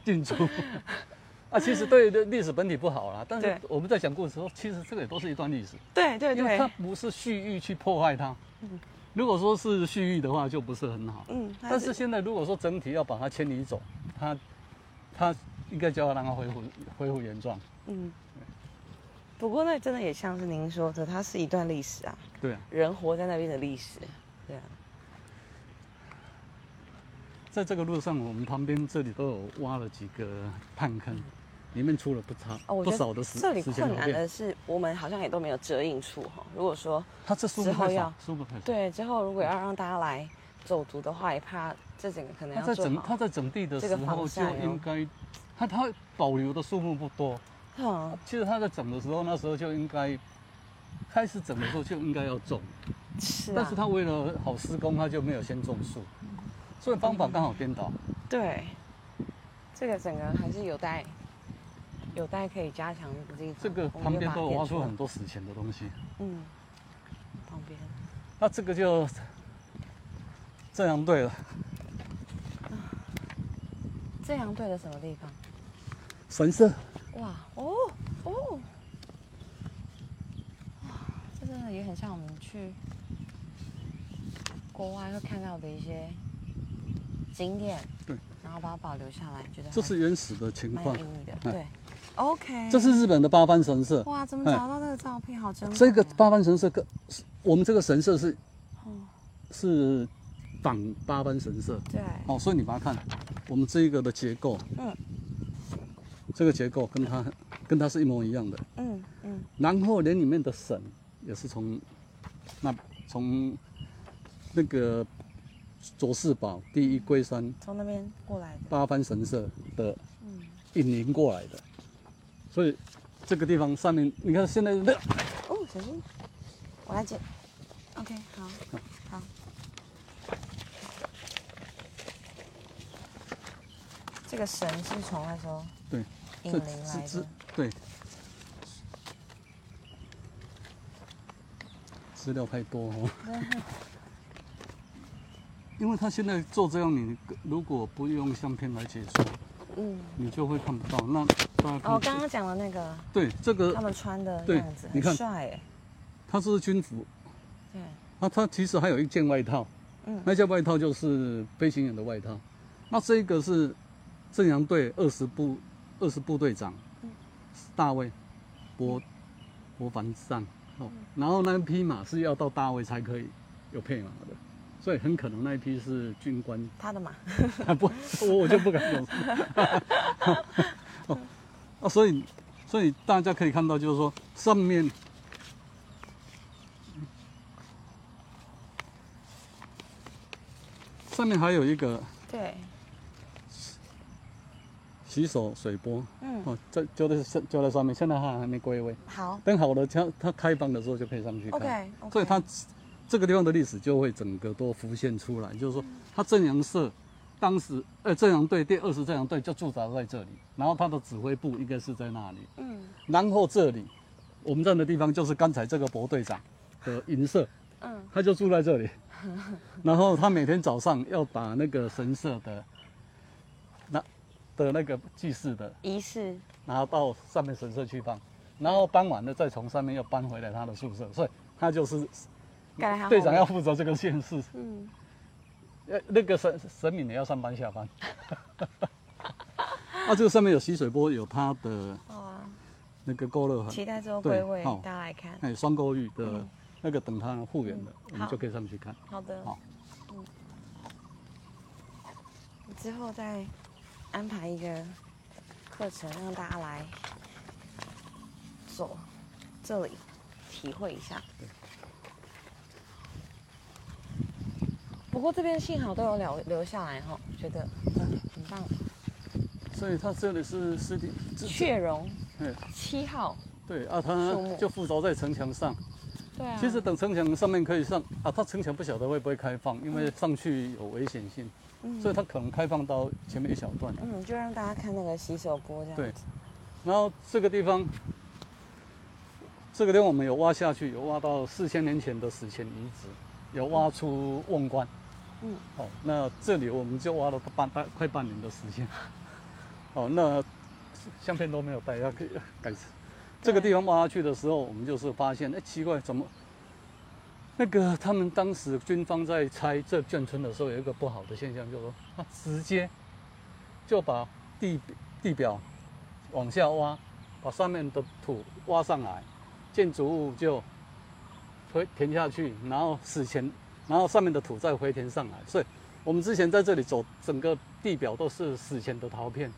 [SPEAKER 2] 进出。啊，其实对历史本体不好啦，但是
[SPEAKER 1] 对
[SPEAKER 2] 我们在讲故事的时候，其实这个也都是一段历史，
[SPEAKER 1] 对对
[SPEAKER 2] 因为它
[SPEAKER 1] 对，
[SPEAKER 2] 不是蓄意去破坏它。如果说是蓄意的话，就不是很好。
[SPEAKER 1] 嗯，它
[SPEAKER 2] 但是现在如果说整体要把它迁移走，它它应该就要让它恢复恢复原状。
[SPEAKER 1] 嗯，不过那真的也像是您说的，它是一段历史啊，
[SPEAKER 2] 对啊，
[SPEAKER 1] 人活在那边的历史，对啊，
[SPEAKER 2] 在这个路上，我们旁边这里都有挖了几个探坑，里面出了不差、
[SPEAKER 1] 哦，我
[SPEAKER 2] 不
[SPEAKER 1] 觉
[SPEAKER 2] 少的
[SPEAKER 1] 得
[SPEAKER 2] 石
[SPEAKER 1] 这里
[SPEAKER 2] 石前
[SPEAKER 1] 困
[SPEAKER 2] 老
[SPEAKER 1] 难
[SPEAKER 2] 片。
[SPEAKER 1] 的是，我们好像也都没有遮印处哈。如果说
[SPEAKER 2] 它这书
[SPEAKER 1] 之
[SPEAKER 2] 不
[SPEAKER 1] 后
[SPEAKER 2] 太
[SPEAKER 1] 要
[SPEAKER 2] 少，书不太少。
[SPEAKER 1] 对之后如果要让大家来走读的话，也怕这整个可能
[SPEAKER 2] 它
[SPEAKER 1] 要
[SPEAKER 2] 在
[SPEAKER 1] 做
[SPEAKER 2] 整
[SPEAKER 1] 好
[SPEAKER 2] 它。在整地的
[SPEAKER 1] 这
[SPEAKER 2] 时
[SPEAKER 1] 个防
[SPEAKER 2] 候就
[SPEAKER 1] 晒哦
[SPEAKER 2] 应该，它它保留的数目不多。
[SPEAKER 1] 嗯，
[SPEAKER 2] 其实它在整的时候，那时候就应该开始整的时候就应该要种，
[SPEAKER 1] 是
[SPEAKER 2] 但
[SPEAKER 1] 啊
[SPEAKER 2] 是，它为了好施工，它就没有先种树，所以方法刚好颠倒。
[SPEAKER 1] 对，这个整个还是有待有待可以加强的地方。
[SPEAKER 2] 这个
[SPEAKER 1] 我们
[SPEAKER 2] 旁
[SPEAKER 1] 就
[SPEAKER 2] 边
[SPEAKER 1] 把
[SPEAKER 2] 都有
[SPEAKER 1] 它
[SPEAKER 2] 挖
[SPEAKER 1] 变
[SPEAKER 2] 出很
[SPEAKER 1] 来
[SPEAKER 2] 多史前的东西，
[SPEAKER 1] 嗯，旁边
[SPEAKER 2] 那这个就正阳队了。
[SPEAKER 1] 正阳队的什么地方？
[SPEAKER 2] 神社，
[SPEAKER 1] 哇哦哦，哇，这真的也很像我们去国外会看到的一些景点，
[SPEAKER 2] 对，
[SPEAKER 1] 然后把它保留下来，觉得
[SPEAKER 2] 这
[SPEAKER 1] 还
[SPEAKER 2] 是原始的情
[SPEAKER 1] 蛮有
[SPEAKER 2] 况
[SPEAKER 1] 意。义的，
[SPEAKER 2] 嗯
[SPEAKER 1] 对，OK，
[SPEAKER 2] 这是日本的八幡神社，
[SPEAKER 1] 哇，怎么
[SPEAKER 2] 哎
[SPEAKER 1] 找到这个照片？好珍贵、
[SPEAKER 2] 这个八幡神社跟我们这个神社是
[SPEAKER 1] 哦，
[SPEAKER 2] 是仿八幡神社。
[SPEAKER 1] 对，
[SPEAKER 2] 哦，所以你把它看，我们这一个的结构，
[SPEAKER 1] 嗯
[SPEAKER 2] 这个结构跟它跟它是一模一样的。
[SPEAKER 1] 嗯嗯，
[SPEAKER 2] 然后连里面的神也是从那从那个佐世保第一龟山
[SPEAKER 1] 从那边过来的，
[SPEAKER 2] 八幡神社的
[SPEAKER 1] 嗯，
[SPEAKER 2] 引领过来的，所以这个地方上面，你看现在的
[SPEAKER 1] 哦，小心，我来捡，OK，好，嗯好，这个神是从那时候。
[SPEAKER 2] 对，
[SPEAKER 1] 引
[SPEAKER 2] 这
[SPEAKER 1] 领来
[SPEAKER 2] 这这
[SPEAKER 1] 的
[SPEAKER 2] 对，资料太
[SPEAKER 1] <laughs>
[SPEAKER 2] 多哦。因为他现在做这样，你如果不用相片来解说，
[SPEAKER 1] 嗯，
[SPEAKER 2] 你就会看不到。那大家看
[SPEAKER 1] 哦，刚刚讲的那个
[SPEAKER 2] 对这
[SPEAKER 1] 他
[SPEAKER 2] 个，
[SPEAKER 1] 们穿的
[SPEAKER 2] 呃对
[SPEAKER 1] 样子，
[SPEAKER 2] 你
[SPEAKER 1] 很
[SPEAKER 2] 看
[SPEAKER 1] 帅哎，
[SPEAKER 2] 它是军服，
[SPEAKER 1] 对，
[SPEAKER 2] 那它其实还有一件外套，
[SPEAKER 1] 嗯
[SPEAKER 2] 那件外套就是飞行员的外套。那这个是正阳队二十部二十部队长
[SPEAKER 1] 嗯
[SPEAKER 2] 大卫博博凡上
[SPEAKER 1] 嗯
[SPEAKER 2] 哦，然后那一匹马是要到大卫才可以有配马的，所以很可能那一匹是军官
[SPEAKER 1] 他的马，
[SPEAKER 2] 啊，不，我我就不敢用。 <laughs> 哦，啊，所以所以大家可以看到，就是说上面上面还有一个
[SPEAKER 1] 对，
[SPEAKER 2] 洗手水波，
[SPEAKER 1] 嗯，
[SPEAKER 2] 哦，这就在上就在上面，现在还还没归位，
[SPEAKER 1] 好
[SPEAKER 2] 等好了，它它开放的时候就可以上去看。
[SPEAKER 1] ，OK，
[SPEAKER 2] 所以它这个地方的历史就会整个都浮现出来，就是说它正阳社当时呃正阳队第二十正阳队就驻扎在这里，然后它的指挥部应该是在那里，
[SPEAKER 1] 嗯
[SPEAKER 2] 然后这里我们站的地方就是刚才这个博队长的营舍，
[SPEAKER 1] 嗯，
[SPEAKER 2] 他就住在这里，然后他每天早上要把那个神社的那的那个祭祀的
[SPEAKER 1] 仪
[SPEAKER 2] 嗯
[SPEAKER 1] 式，
[SPEAKER 2] 拿到上面神社去放，然后搬完了再从上面又搬回来他的宿舍，所以他就是
[SPEAKER 1] 盖在他后
[SPEAKER 2] 队长要
[SPEAKER 1] 面，
[SPEAKER 2] 负责这个县
[SPEAKER 1] <laughs>
[SPEAKER 2] 市，
[SPEAKER 1] 嗯，
[SPEAKER 2] 呃，那个神神明也要上班
[SPEAKER 1] <laughs>
[SPEAKER 2] 下班。啊，这个上面有溪水波，有它的
[SPEAKER 1] 好啊，
[SPEAKER 2] 那个勾勒
[SPEAKER 1] 期
[SPEAKER 2] 痕，
[SPEAKER 1] 待之后
[SPEAKER 2] 对
[SPEAKER 1] 归位，
[SPEAKER 2] 好
[SPEAKER 1] 大家来看，
[SPEAKER 2] 哎，双勾玉的那个，等它复原了，我们
[SPEAKER 1] 嗯好
[SPEAKER 2] 就可以上去看。
[SPEAKER 1] 好的
[SPEAKER 2] 好，
[SPEAKER 1] 嗯，之后再安排一个课程让大家来走这里，体会一下。不过这边幸好都有留留下来哈，觉得很棒。
[SPEAKER 2] 所以它这里是尸体，这
[SPEAKER 1] 雀榕
[SPEAKER 2] 哎，
[SPEAKER 1] 七号，
[SPEAKER 2] 对啊，
[SPEAKER 1] 树
[SPEAKER 2] 它
[SPEAKER 1] 木
[SPEAKER 2] 就附着在城墙上。
[SPEAKER 1] 对啊，
[SPEAKER 2] 其实等城墙上面可以上啊，它城墙不晓得会不会开放，因为
[SPEAKER 1] 嗯
[SPEAKER 2] 上去有危险性，所以它可能开放到前面一小段。
[SPEAKER 1] 嗯，就让大家看那个洗手波这样。
[SPEAKER 2] 对，然后这个地方，这个地方我们有挖下去，有挖到四千年前的史前遗址，有挖出瓮棺，
[SPEAKER 1] 嗯，
[SPEAKER 2] 哦，那这里我们就挖了半大快半年的时间。哦，那相片都没有带，要改改。这个地方挖下去的时候，我们就是发现，哎，奇怪，怎么那个他们当时军方在拆这眷村的时候，有一个不好的现象，就是说他直接就把地地表往下挖，把上面的土挖上来，建筑物就推填下去，然后史前，然后上面的土再回填上来。所以我们之前在这里走，整个地表都是史前的陶片。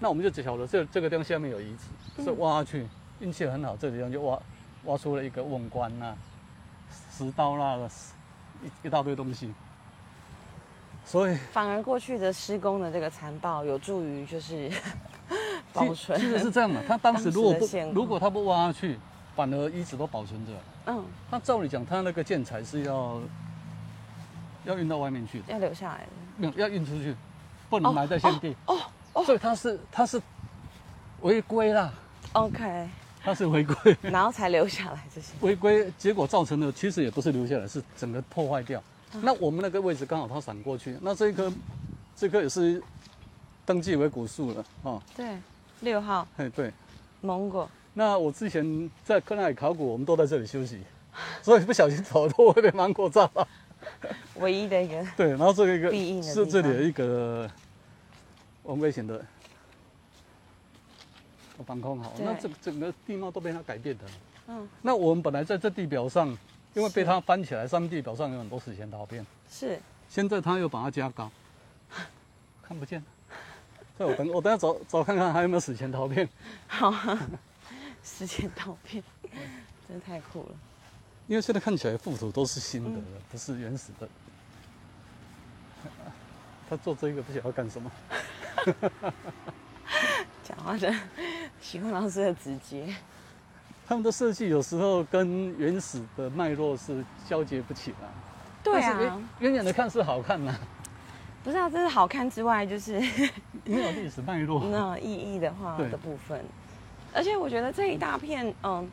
[SPEAKER 2] 那我们就只晓得这这个地方下面有遗址，
[SPEAKER 1] 嗯
[SPEAKER 2] 所以挖下去，运气很好，这地方就挖挖出了一个瓮棺呐、石刀啦、一一大堆东西。所以
[SPEAKER 1] 反而过去的施工的这个残暴，有助于就是 <laughs> 保
[SPEAKER 2] 其
[SPEAKER 1] 存
[SPEAKER 2] 其。实是这样的，他当时如果
[SPEAKER 1] 当时的
[SPEAKER 2] 不
[SPEAKER 1] 现况
[SPEAKER 2] 如果他不挖下去，反而遗址都保存着。
[SPEAKER 1] 嗯，
[SPEAKER 2] 他照理讲，他那个建材是要要运到外面去的，
[SPEAKER 1] 要留下来的。
[SPEAKER 2] 没有要运出去，不能埋在现地。
[SPEAKER 1] 哦
[SPEAKER 2] 所以他是他是违规啦，
[SPEAKER 1] <laughs> ，OK，
[SPEAKER 2] 他是违规
[SPEAKER 1] 然后才留下来这些。
[SPEAKER 2] 违规，结果造成的其实也不是留下来，是整个破坏掉。那我们那个位置刚好它闪过去，那这一棵这棵也是登记为古树了啊、哦。
[SPEAKER 1] 对，六号
[SPEAKER 2] 嘿，对。
[SPEAKER 1] 蒙果，那
[SPEAKER 2] 那我之前在科奈考古，我们都在这里休息，所以不小心走都会被芒果炸到。
[SPEAKER 1] 唯一的一个
[SPEAKER 2] <laughs> 对，然后这个一
[SPEAKER 1] 必应
[SPEAKER 2] 个
[SPEAKER 1] 的
[SPEAKER 2] 是
[SPEAKER 1] 地
[SPEAKER 2] 这里
[SPEAKER 1] 方
[SPEAKER 2] 的一个很危险的防空壕，那
[SPEAKER 1] 对
[SPEAKER 2] 这个整个地貌都被它改变的。
[SPEAKER 1] 嗯，
[SPEAKER 2] 那我们本来在这地表上，因为被
[SPEAKER 1] 是
[SPEAKER 2] 它翻起来，上面地表上有很多史前陶片，
[SPEAKER 1] <laughs> 是
[SPEAKER 2] 现在它又把它加高， <laughs> 看不见了。所以我等我等下找找看看还有没有史前陶片，
[SPEAKER 1] 好啊， <laughs> 时间倒片，真的太酷了。
[SPEAKER 2] 因为现在看起来覆土都是新的
[SPEAKER 1] 嗯
[SPEAKER 2] 了，不是原始的。 <laughs> 他做这个不晓得要干什么。
[SPEAKER 1] 讲话的 <laughs> 喜欢老师的直接，
[SPEAKER 2] 他们的设计有时候跟原始的脉络是交接不起来。
[SPEAKER 1] 对
[SPEAKER 2] 但
[SPEAKER 1] 啊，
[SPEAKER 2] 是远远远的看是好看呐、
[SPEAKER 1] 不是啊，这是好看之外，就是
[SPEAKER 2] <laughs> 没有历史脉络。啊
[SPEAKER 1] 嗯那意义的话
[SPEAKER 2] 对
[SPEAKER 1] 的部分，而且我觉得这一大片，嗯，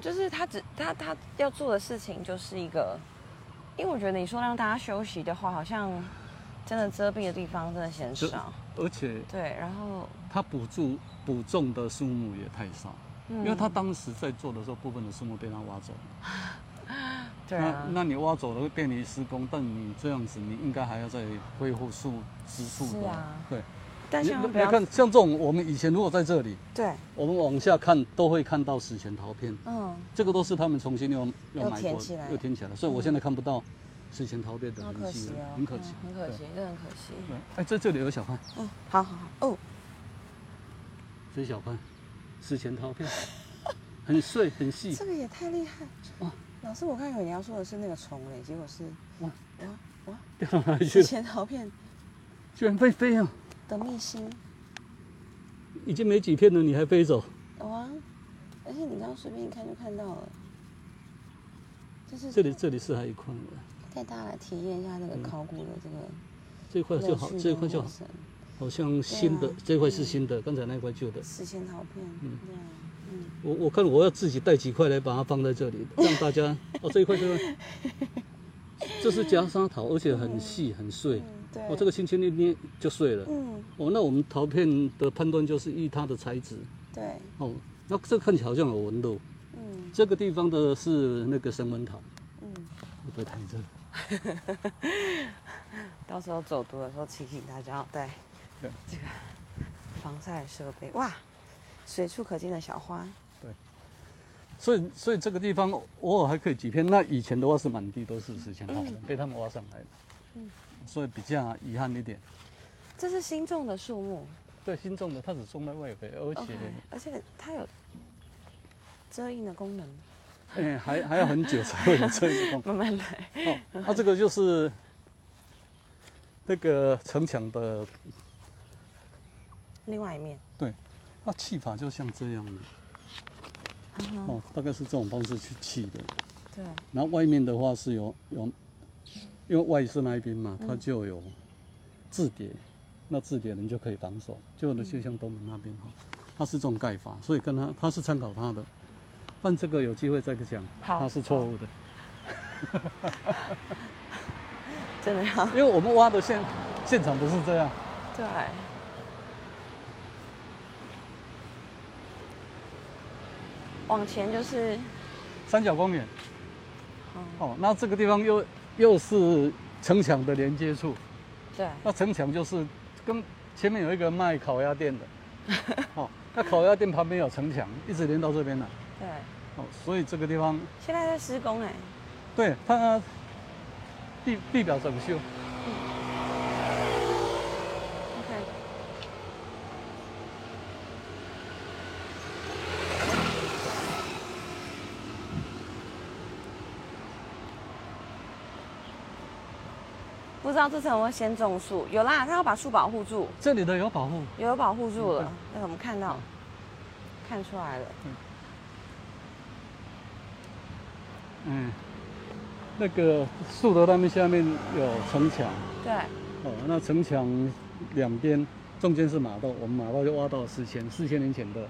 [SPEAKER 1] 就是他只他他要做的事情就是一个，因为我觉得你说让大家休息的话，好像真的遮蔽的地方真的嫌
[SPEAKER 2] 就
[SPEAKER 1] 少，
[SPEAKER 2] 而且
[SPEAKER 1] 对，然后
[SPEAKER 2] 它补助补种的树木也太少，
[SPEAKER 1] 嗯
[SPEAKER 2] 因为他当时在做的时候，部分的树木被他挖走了。
[SPEAKER 1] 对啊，
[SPEAKER 2] 那那你挖走了会便于施工，但你这样子，你应该还要再恢复树植树
[SPEAKER 1] 是
[SPEAKER 2] 的。
[SPEAKER 1] 啊
[SPEAKER 2] 对，
[SPEAKER 1] 但
[SPEAKER 2] 你
[SPEAKER 1] 千万
[SPEAKER 2] 你
[SPEAKER 1] 不要
[SPEAKER 2] 看像这种，我们以前如果在这里，
[SPEAKER 1] 对，
[SPEAKER 2] 我们往下看都会看到史前陶片。
[SPEAKER 1] 嗯，
[SPEAKER 2] 这个都是他们重新又
[SPEAKER 1] 又
[SPEAKER 2] 又买
[SPEAKER 1] 填
[SPEAKER 2] 过
[SPEAKER 1] 起来，嗯
[SPEAKER 2] 又填起来，所以我现在看不到史前陶片的
[SPEAKER 1] 好
[SPEAKER 2] 痕
[SPEAKER 1] 可
[SPEAKER 2] 迹
[SPEAKER 1] 惜
[SPEAKER 2] 了
[SPEAKER 1] 哦，
[SPEAKER 2] 很可惜，
[SPEAKER 1] 嗯很可
[SPEAKER 2] 对
[SPEAKER 1] 惜。，真的很可惜，
[SPEAKER 2] 对哎，在这里有小潘，
[SPEAKER 1] 嗯，好好好，哦，
[SPEAKER 2] 这是小潘，史前陶
[SPEAKER 1] <laughs>
[SPEAKER 2] 片，很碎很细
[SPEAKER 1] 这，个也太厉害
[SPEAKER 2] 嗯哇！
[SPEAKER 1] 老师，我刚以为你要说的是那个虫嘞，结果是
[SPEAKER 2] 哇 <laughs>
[SPEAKER 1] 哇哇，
[SPEAKER 2] 掉到哪里去
[SPEAKER 1] 之
[SPEAKER 2] 了？
[SPEAKER 1] 前陶片
[SPEAKER 2] 居然会飞啊！
[SPEAKER 1] 的密星。
[SPEAKER 2] 已经没几片了，你还飞走？
[SPEAKER 1] 有啊，而且你刚刚随便一看就看到了，就是
[SPEAKER 2] 这里这里是还有一块的，
[SPEAKER 1] 带大家来体验一下那个考古的这个
[SPEAKER 2] 这一块就
[SPEAKER 1] 乐
[SPEAKER 2] 好
[SPEAKER 1] 趣，
[SPEAKER 2] 这一
[SPEAKER 1] 跟
[SPEAKER 2] 块就
[SPEAKER 1] 过
[SPEAKER 2] 好，
[SPEAKER 1] 程。
[SPEAKER 2] 好像新的
[SPEAKER 1] 对啊，
[SPEAKER 2] 这一块是新的，刚才那一块旧的。
[SPEAKER 1] 四千陶片，对啊，嗯，
[SPEAKER 2] 我我看我要自己带几块来把它放在这里，让
[SPEAKER 1] <laughs>
[SPEAKER 2] 大家哦这一块这块，这是夹沙桃，而且很细很碎，
[SPEAKER 1] 嗯对。
[SPEAKER 2] 哦这
[SPEAKER 1] 个，
[SPEAKER 2] 个轻轻捏捏就碎了。
[SPEAKER 1] 嗯，
[SPEAKER 2] 哦，那我们陶片的判断就是依它的材质
[SPEAKER 1] 对，
[SPEAKER 2] 哦。那这看起来好像有纹路，
[SPEAKER 1] 嗯
[SPEAKER 2] 这个地方的是那个神纹陶，
[SPEAKER 1] 嗯，
[SPEAKER 2] 会不哦会太热？
[SPEAKER 1] 到时候走读的时候提醒大家要带这
[SPEAKER 2] 对
[SPEAKER 1] 个防晒设备。哇，随处可见的小花，
[SPEAKER 2] 所以所以这个地方偶尔还可以几片。那以前的话是满地都是史前陶的，
[SPEAKER 1] 嗯
[SPEAKER 2] 被他们挖上来的，所以比较遗憾一点。
[SPEAKER 1] 这是新种的树木
[SPEAKER 2] 对，新种的它只种在外围，而且
[SPEAKER 1] ，OK，而哦且它有遮荫的功能，
[SPEAKER 2] 哎、还还要很久才会有这
[SPEAKER 1] <laughs>
[SPEAKER 2] 一种。
[SPEAKER 1] 慢慢来。
[SPEAKER 2] 哦，它、这个就是那个城墙的，
[SPEAKER 1] 另外一面，
[SPEAKER 2] 对，它砌法就像这样的，
[SPEAKER 1] 嗯哼
[SPEAKER 2] 哦，大概是这种方式去砌的。
[SPEAKER 1] 对，
[SPEAKER 2] 然后外面的话是有有，因为外是那一边嘛，
[SPEAKER 1] 嗯
[SPEAKER 2] 它就有字叠，那字叠人就可以防守，
[SPEAKER 1] 嗯
[SPEAKER 2] 就的就像东门那边哈，它是这种盖法，所以跟它它是参考它的，但这个有机会再讲，
[SPEAKER 1] 好
[SPEAKER 2] 它是错误的。
[SPEAKER 1] 真的要
[SPEAKER 2] 因为我们挖的现现场不是这样。
[SPEAKER 1] 对，往前就是
[SPEAKER 2] 三角公园。
[SPEAKER 1] 嗯
[SPEAKER 2] 哦，那这个地方又又是城墙的连接处，
[SPEAKER 1] 对，
[SPEAKER 2] 那城墙就是跟前面有一个卖烤鸭店的，哦，那烤鸭店旁边有城墙，一直连到这边来，
[SPEAKER 1] 对，
[SPEAKER 2] 哦，所以这个地方
[SPEAKER 1] 现在在施工哎，
[SPEAKER 2] 对它地地表整
[SPEAKER 1] 你
[SPEAKER 2] 修，
[SPEAKER 1] 看，不知道这层会不会先种树，有啦，他要把树保护住，
[SPEAKER 2] 这里的有保护，
[SPEAKER 1] 有保护住了
[SPEAKER 2] 嗯，
[SPEAKER 1] 那我们看到，看出来了，
[SPEAKER 2] 嗯，那个树的那边下面有城墙，
[SPEAKER 1] 对，
[SPEAKER 2] 哦，那城墙两边中间是马道，我们马道就挖到四千四千年前的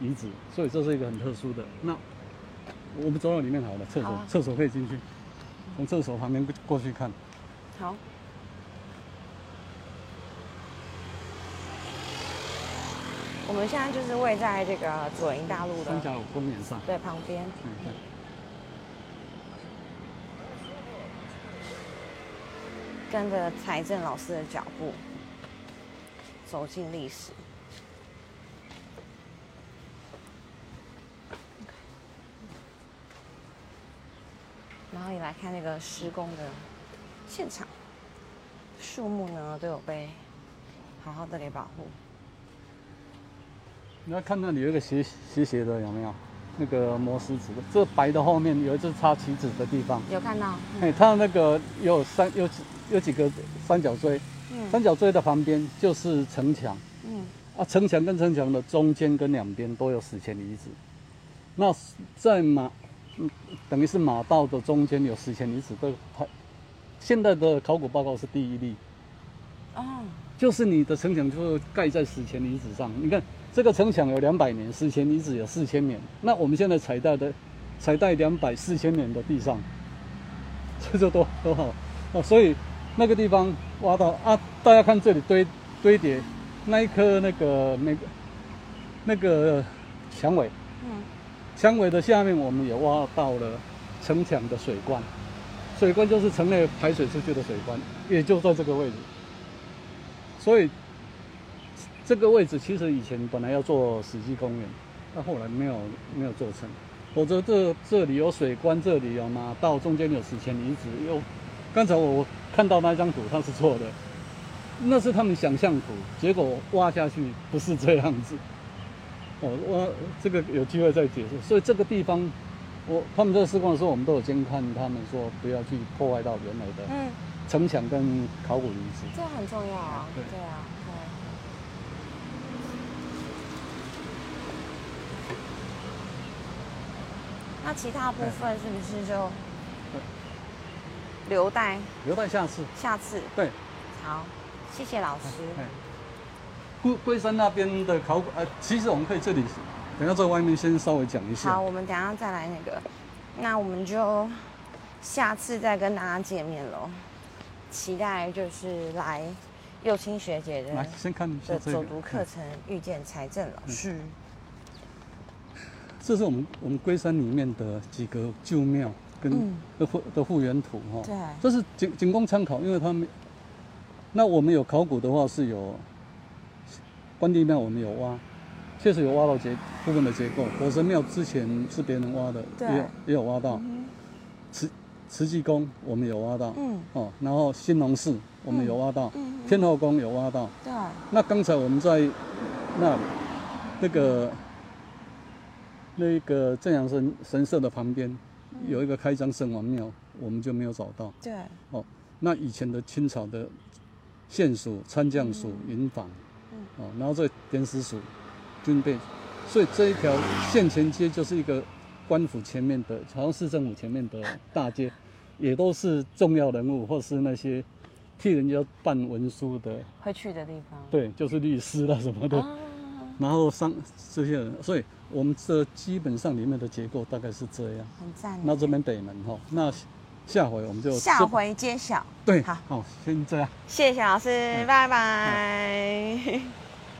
[SPEAKER 2] 遗址，所以这是一个很特殊的。那我们走到里面好了，厕
[SPEAKER 1] 好
[SPEAKER 2] 所
[SPEAKER 1] 啊
[SPEAKER 2] 厕所可以进去，从厕所旁边过过去看。
[SPEAKER 1] 好，我们现在就是位在这个左营大路的
[SPEAKER 2] 三角公园上，
[SPEAKER 1] 对旁边，
[SPEAKER 2] 嗯，对
[SPEAKER 1] 跟着财政老师的脚步走进历史。然后也来看那个施工的现场，树木呢都有被好好的给保护。
[SPEAKER 2] 你要看那里有一个斜斜斜的，有没有？那个摩斯子，这白的后面有一只插旗子的地方，
[SPEAKER 1] 有看到？嗯
[SPEAKER 2] 哎，它那个有三有几有几个三角锥，
[SPEAKER 1] 嗯
[SPEAKER 2] 三角锥的旁边就是城墙。
[SPEAKER 1] 嗯，
[SPEAKER 2] 啊，城墙跟城墙的中间跟两边都有史前遗址。那在马，嗯等于是马道的中间有史前遗址的它现在的考古报告是第一例，
[SPEAKER 1] 哦，
[SPEAKER 2] 就是你的城墙就盖在史前遗址上。你看这个城墙有两百年，史前遗址有四千年。那我们现在踩在的踩在两百四千年的地上，这就多多好哦。所以那个地方挖到啊，大家看这里堆堆叠那一颗那个那个那个蔷薇，
[SPEAKER 1] 嗯，
[SPEAKER 2] 蔷薇的下面我们也挖到了城墙的水罐，水罐就是城内排水出去的水罐，也就在这个位置。所以这个位置其实以前本来要做史迹公园，但后来没有没有做成。否则这这里有水关，这里有马道，中间有史前遗址。又刚才我看到那张图，它是错的，那是他们想象图，结果挖下去不是这样子。哦，我这个有机会再解释。所以这个地方，我他们在施工的时候，我们都有监看，他们说不要去破坏到原来的
[SPEAKER 1] 嗯，
[SPEAKER 2] 城墙跟考古遗址。
[SPEAKER 1] 这很重要啊。
[SPEAKER 2] 对
[SPEAKER 1] 对啊，对。那其他部分是不是就留待
[SPEAKER 2] 留待下次。
[SPEAKER 1] 下次？
[SPEAKER 2] 对，
[SPEAKER 1] 好，谢谢老师。
[SPEAKER 2] 哎，龟龟山那边的考古，呃，其实我们可以这里，等一下在外面先稍微讲一下
[SPEAKER 1] 好，。我们等一下再来那个，那我们就下次再跟大家见面喽。期待就是来幼青学姐的
[SPEAKER 2] 来，先看一下
[SPEAKER 1] 的
[SPEAKER 2] 这个哎
[SPEAKER 1] 走读课程，遇见财政老师。
[SPEAKER 2] 嗯这是我们我们龟山里面的几个旧庙跟
[SPEAKER 1] 嗯
[SPEAKER 2] 的复的复原图哈。
[SPEAKER 1] 对
[SPEAKER 2] 这是仅仅供参考，因为他们，那我们有考古的话是有，关帝庙我们有挖，确实有挖到结部分的结构。火神庙之前是别人挖的，
[SPEAKER 1] 对
[SPEAKER 2] 也有也有挖到。慈慈济宫我们有挖到，
[SPEAKER 1] 嗯
[SPEAKER 2] 哦，然后兴隆寺我们有挖到，
[SPEAKER 1] 嗯，
[SPEAKER 2] 天后宫有挖到。
[SPEAKER 1] 对，
[SPEAKER 2] 那刚才我们在那里那个那个正阳神神社的旁边有一个开张圣王庙，我们就没有找到。
[SPEAKER 1] 对，
[SPEAKER 2] 哦，那以前的清朝的县署、参将署、
[SPEAKER 1] 嗯
[SPEAKER 2] 营房，哦，然后这典史署、军备，所以这一条县前街就是一个官府前面的，好像市政府前面的大街，也都是重要人物或是那些替人家办文书的，
[SPEAKER 1] 会去的地方。
[SPEAKER 2] 对，就是律师啦什么的，
[SPEAKER 1] 啊，
[SPEAKER 2] 然后商这些人，所以我们这基本上里面的结构大概是这样。
[SPEAKER 1] 很赞耶。
[SPEAKER 2] 那这边北门哈，那下回我们就
[SPEAKER 1] 下回揭晓。
[SPEAKER 2] 对，
[SPEAKER 1] 好
[SPEAKER 2] 好，先这样。
[SPEAKER 1] 谢谢老师，
[SPEAKER 2] 嗯
[SPEAKER 1] 拜拜。